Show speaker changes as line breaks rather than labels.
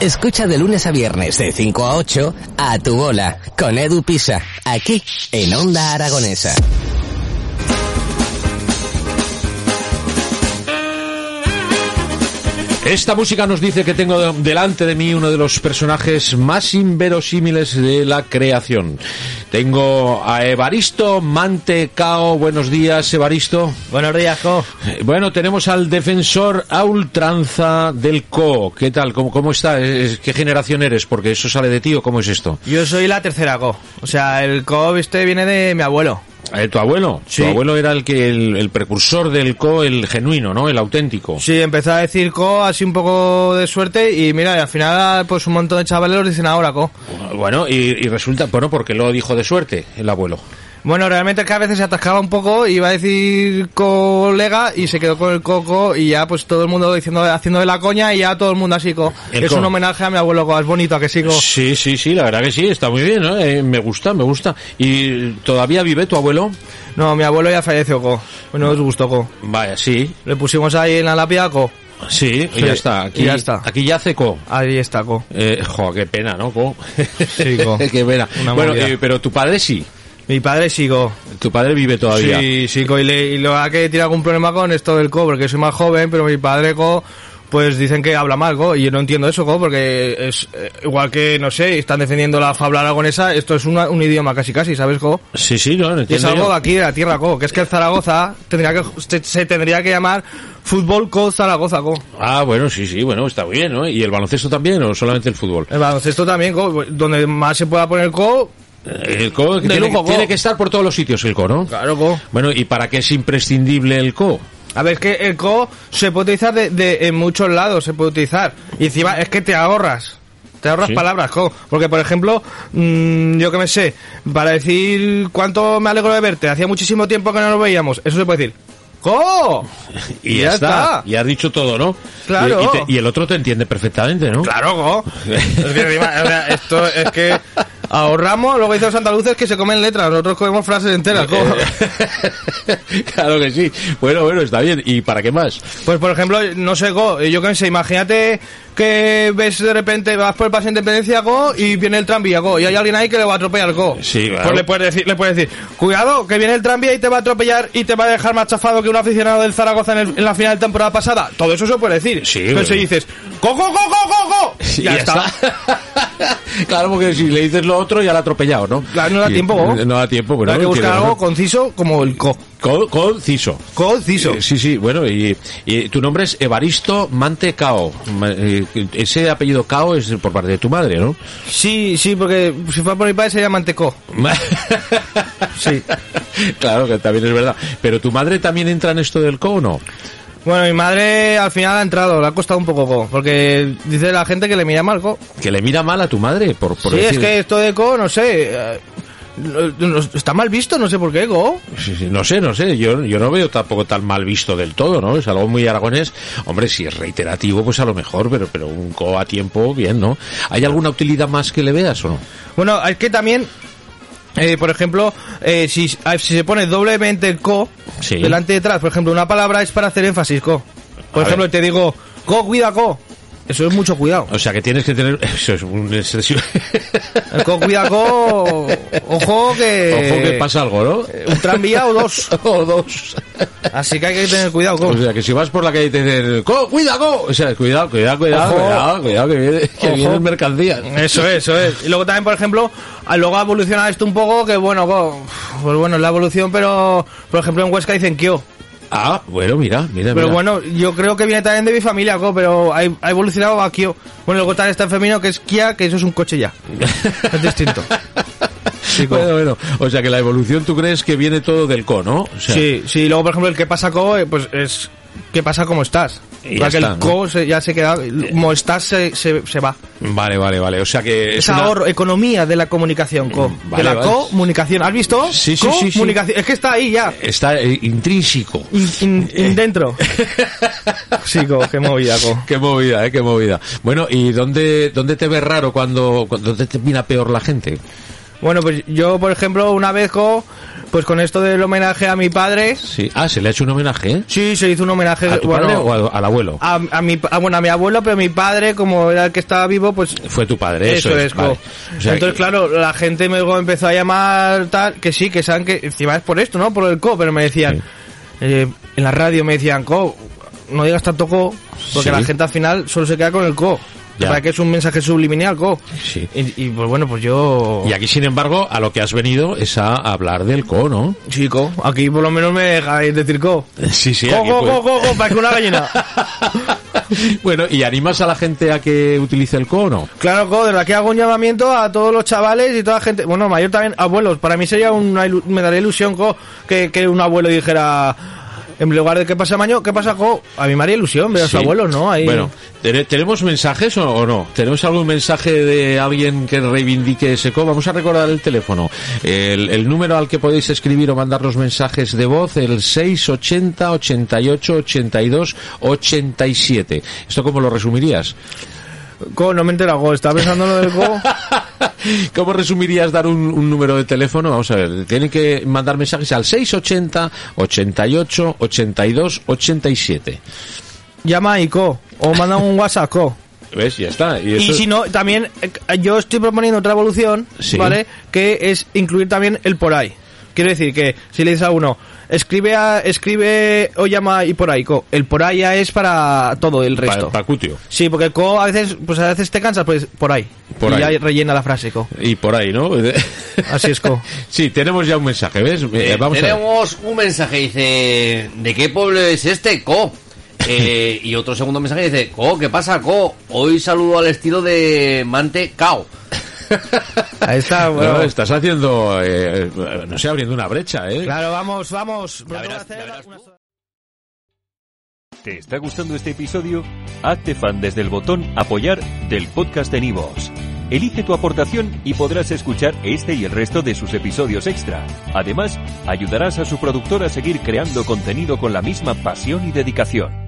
Escucha de lunes a viernes de 5 a 8 a tu bola con Edu Pisa, aquí en Onda Aragonesa.
Esta música nos dice que tengo de- delante de mí uno de los personajes más inverosímiles de la creación. Tengo a Evaristo Mantecao. Buenos días, Evaristo.
Buenos días, Co.
Eh, Bueno, tenemos al defensor a ultranza del CO. ¿Qué tal? ¿Cómo, cómo está? Es- ¿Qué generación eres? Porque eso sale de ti o cómo es esto.
Yo soy la tercera Co. O sea, el Co, viste, viene de mi abuelo.
Eh, ¿Tu abuelo?
Sí.
Tu abuelo era el que el, el precursor del CO, el genuino, ¿no? El auténtico.
Sí, empezó a decir Co así un poco de suerte y mira, y al final pues un montón de chavales los dicen ahora Co.
Bueno, y, y resulta, bueno, porque lo dijo de suerte el abuelo.
Bueno, realmente es que a veces se atascaba un poco, iba a decir colega y se quedó con el coco y ya pues todo el mundo diciendo haciendo de la coña y ya todo el mundo así co.
El
es
co.
un homenaje a mi abuelo co, es bonito a que sigo.
Sí, sí, sí, la verdad que sí, está muy bien, ¿no? Eh, me gusta, me gusta. ¿Y todavía vive tu abuelo?
No, mi abuelo ya falleció co. Bueno, os gustó co.
Vaya, sí,
Le pusimos ahí en la lápida co.
sí, y
Sí,
ya está. Aquí,
y ya está.
Aquí ya hace co.
Ahí está co.
Eh, jo, qué pena, ¿no? Co?
Sí, co.
qué pena.
Una
bueno,
movida.
eh, pero tu padre sí,
Mi padre sigo.
tu padre vive todavía.
Sí, sí, co, y, le, y lo ha que tiene algún problema con esto del co, porque soy más joven, pero mi padre co, pues dicen que habla mal, co, y yo no entiendo eso, co, porque es eh, igual que, no sé, están defendiendo la fabla aragonesa, esto es una- un idioma casi casi, ¿sabes, co?
Sí, sí, no, lo
Y es
entiendo.
algo
yo.
de aquí, de la tierra, co, que es que el Zaragoza tendría que, se, se tendría que llamar Fútbol Co Zaragoza, co.
Ah, bueno, sí, sí, bueno, está bien, ¿no? ¿Y el baloncesto también o solamente el fútbol?
El baloncesto también, co, donde más se pueda poner co,
Eh, El co que
De
tiene,
lujo, co.
tiene que estar por todos los sitios el co, ¿no?
claro, co.
Bueno, ¿y para qué es imprescindible el co?
A ver, es que el co se puede utilizar de, de- en muchos lados, se puede utilizar. Y encima es que te ahorras. Te ahorras
Sí.
palabras, co. Porque, por ejemplo, mm, yo que me sé, para decir cuánto me alegro de verte, hacía muchísimo tiempo que no nos veíamos, eso se puede decir. ¡Co!
Y ya, está. Y has dicho todo, ¿no?
Claro.
Y, y te- y el otro te entiende perfectamente, ¿no?
Claro, co. Es que encima, o sea, esto es que ahorramos, luego dicen los andaluces que se comen letras, nosotros comemos frases enteras, co.
Eh, claro que sí. Bueno, bueno, está bien. ¿Y para qué más?
Pues por ejemplo, no sé, Go, eh, yo qué sé, imagínate que ves de repente, vas por el paseo de Independencia, Go, y viene el tranvía, Go, y hay alguien ahí que le va a atropellar, Go.
Sí, claro.
Pues le puedes decir, le puedes decir, cuidado, que viene el tranvía y te va a atropellar y te va a dejar más chafado que un aficionado del Zaragoza en, el- en la final de temporada pasada. Todo eso se puede decir.
Sí,
Pero
bueno.
si dices, go, go, go, go, go, go,
Sí,
ya, está.
claro, porque si le dices lo otro ya lo ha atropellado, ¿no?
Claro, no da
Sí,
tiempo, Go.
No da tiempo, bueno.
Hay que buscar
tiene
algo
razón.
conciso como el co.
Co- conciso.
Conciso.
Eh, Sí, sí, bueno, y, y tu nombre es Evaristo Mante Cao. Ma- eh, Ese apellido Cao es por parte de tu madre, ¿no?
Sí, sí, porque si fuera por mi padre sería Manteco. Sí.
Claro que también es verdad. Pero tu madre también entra en esto del co o no?
Bueno, mi madre al final ha entrado, le ha costado un poco, co, porque dice la gente que le mira mal, co.
Que le mira mal a tu madre por, por
Sí, es
decir-
que esto de co, no sé, eh, no- no- está mal visto, no sé por qué, co.
Sí, sí, no sé, no sé, yo, yo no veo tampoco tan mal visto del todo, ¿no? Es algo muy aragonés. Hombre, si es reiterativo, pues a lo mejor, pero, pero un co a tiempo, bien, ¿no? ¿Hay alguna utilidad más que le veas o no?
Bueno, es que también, eh, por ejemplo, eh, si, ah, si se pone doblemente el co
Sí.
delante y detrás, por ejemplo, una palabra es para hacer énfasis, co. Por
A
ejemplo,
ver.
te digo, co, cuida, co. Eso es mucho cuidado.
O sea, que tienes que tener... Eso es un excesivo...
El co, cuida, co, ojo que...
Ojo que pasa algo, ¿no?
Un tranvía o dos.
o dos.
Así que hay que tener cuidado, co.
O sea, que si vas por la calle y te dicen... "Co, ¡Cuida, co! O sea, cuidado, cuidado, cuidado,
Ojo.
cuidado, cuidado, que, viene, que
Ojo.
vienen mercancías.
Eso es, eso es. Y luego también, por ejemplo, a- luego ha evolucionado esto un poco, que bueno, co- pues bueno, es la evolución, pero por ejemplo en Huesca dicen Kio.
Ah, bueno, mira, mira,
Pero
mira.
bueno, yo creo que viene también de mi familia, co, pero ha, ha evolucionado a Kio. Bueno, luego también está el femenino que es Kia, que eso es un coche ya. Es distinto. co.
bueno, bueno. O sea, que la evolución tú crees que viene todo del co, ¿no? O sea,
Sí, sí, luego por ejemplo el que pasa co, eh, pues es que pasa como estás.
Y ya
Igual que
está,
el
¿no? Eh.
co se- ya se queda, el- como estás se, se, se va.
Vale, vale, vale. O sea que es
Es
una-
ahorro, economía de la comunicación, co.
Mm, vale,
de la
vale.
comunicación. ¿Has visto?
Sí, sí, sí, sí.
Comunicación. Es que está ahí ya.
Está eh, intrínseco.
In- in- in dentro. Sí, co, qué movida, co.
Qué movida, eh, qué movida. Bueno, ¿y dónde, dónde te ve raro cuando, cuando dónde te mira peor la gente?
Bueno, pues yo, por ejemplo, una vez co, pues con esto del homenaje a mi padre,
Sí. Ah, se le ha hecho un homenaje, ¿eh?
sí, se hizo un homenaje
¿A tu
bueno, Ah.
padre o a- al abuelo?
a, a mi, pa- bueno, a mi abuelo, pero mi padre, como era el que estaba vivo, pues
Fue tu padre, eso,
eso, es.
vale.
co.
O sea,
Entonces,
que-
claro, la gente me luego empezó a llamar tal, que sí, que saben que encima es por esto, ¿no? Por el co, pero me decían,
Sí.
eh, en la radio me decían, co, no digas tanto co, porque
Sí.
la gente al final solo se queda con el co.
Ya.
O sea, que es un mensaje subliminal, co.
Sí.
Y, y, pues bueno, pues yo...
Y aquí, sin embargo, a lo que has venido es a hablar del co, ¿no?
Chico, aquí por lo menos me dejáis decir co.
Sí, sí.
Co,
aquí pues
co,
puede-
co, co, co, parezco una gallina.
bueno, ¿y animas a la gente a que utilice el co o no?
Claro, co, desde aquí hago un llamamiento a todos los chavales y toda la gente, bueno, mayor también, abuelos. Para mí sería una ilu- me daría ilusión, co, que, que un abuelo dijera, en lugar de qué pasa maño, qué pasa, co. A mí me haría ilusión ver a
Sí.
sus abuelos, ¿no? Ahí...
Bueno, ¿tene- ¿tenemos mensajes o, o no? ¿Tenemos algún mensaje de alguien que reivindique ese co? Vamos a recordar el teléfono. El, el número al que podéis escribir o mandar los mensajes de voz, el 680 88 82 87. ¿Esto cómo lo resumirías?
Co, no me entero, co, estaba pensando en lo del co.
¿Cómo resumirías dar un, un número de teléfono? Vamos a ver, tienen que mandar mensajes al 680 88 82 87.
Llama y co, o manda un WhatsApp, co.
¿Ves? Ya está. Y,
Y
eso-
si no, también eh, yo estoy proponiendo otra evolución,
Sí.
¿vale? Que es incluir también el por ahí. Quiero decir que si le dices a uno, escribe a- escribe o llama y por ahí, co, el por ahí ya es para todo el
Pa-
resto.
pa' cutio.
Sí, porque co a veces, pues a veces te cansas, pues por ahí.
Por
y
ahí.
ya rellena la frase, co.
Y por ahí, ¿no?
Así es, co.
Sí, tenemos ya un mensaje, ¿ves? Eh,
Eh,
vamos a ver.
tenemos un mensaje, dice, ¿de qué pueblo es este? Co. Eh, y otro segundo mensaje dice, Co, ¿qué pasa, Co? Hoy saludo al estilo de Mante Cao.
Ahí está, bueno.
No, estás haciendo, eh, eh, no sé, abriendo una brecha, ¿eh?
Claro, vamos, vamos. Pronto voy a hacer una-
¿Te está gustando este episodio? Hazte fan desde el botón Apoyar del podcast de Nivos. Elige tu aportación y podrás escuchar este y el resto de sus episodios extra. Además, ayudarás a su productor a seguir creando contenido con la misma pasión y dedicación.